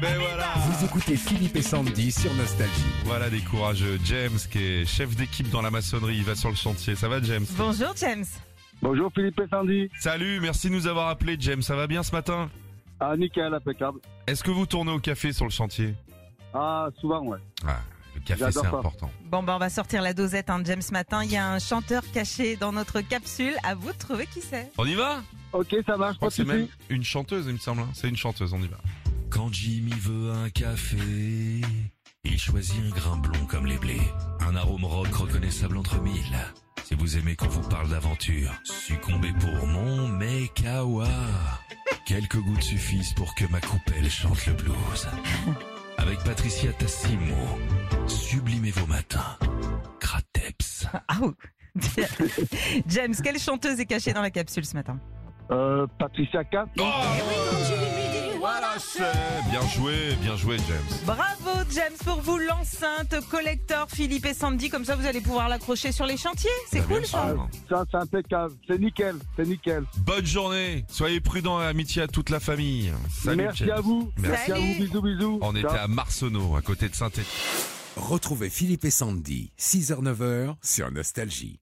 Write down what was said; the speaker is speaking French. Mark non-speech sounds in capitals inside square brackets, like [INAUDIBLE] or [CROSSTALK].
Mais voilà, Vous écoutez Philippe et Sandy sur Nostalgie. voilà des courageux. James qui est chef d'équipe dans la maçonnerie, il va sur le chantier. Ça va James Bonjour James. Bonjour Philippe et Sandy. Salut, merci de nous avoir appelé James, ça va bien ce matin Ah, nickel, impeccable. Est-ce que vous tournez au café sur le chantier Ah, souvent, ouais. Ah, le café J'adore c'est ça. important. Bon bah on va sortir la dosette hein, James ce matin. Il y a un chanteur caché dans notre capsule. À vous de trouver qui c'est. On y va Ok, ça marche, Je crois pas que de c'est même soucis. une chanteuse il me semble. hein. C'est une chanteuse, on y va. Quand Jimmy veut un café, il choisit un grain blond comme les blés, un arôme rock reconnaissable entre mille. Si vous aimez qu'on vous parle d'aventure, succombez pour mon Mekawa. Quelques gouttes suffisent pour que ma coupelle chante le blues. Avec Patricia Tassimo, sublimez vos matins. Crateps. Ah ouh. [LAUGHS] James, quelle chanteuse est cachée dans la capsule ce matin Euh, Patricia K. Eh Voilà, c'est- Bien joué, bien joué James. Bravo James pour vous l'enceinte collector Philippe et Sandy. Comme ça vous allez pouvoir l'accrocher sur les chantiers. C'est Bah, bien cool sûr. ça. Ça, c'est impeccable. C'est nickel, c'est nickel. Bonne journée, soyez prudents et amitié à toute la famille. Salut Merci James. à vous. Merci. à vous, bisous, bisous. On était Ciao. à Marceau, à côté de saint Retrouvez Philippe et Sandy, 6h-9h sur Nostalgie.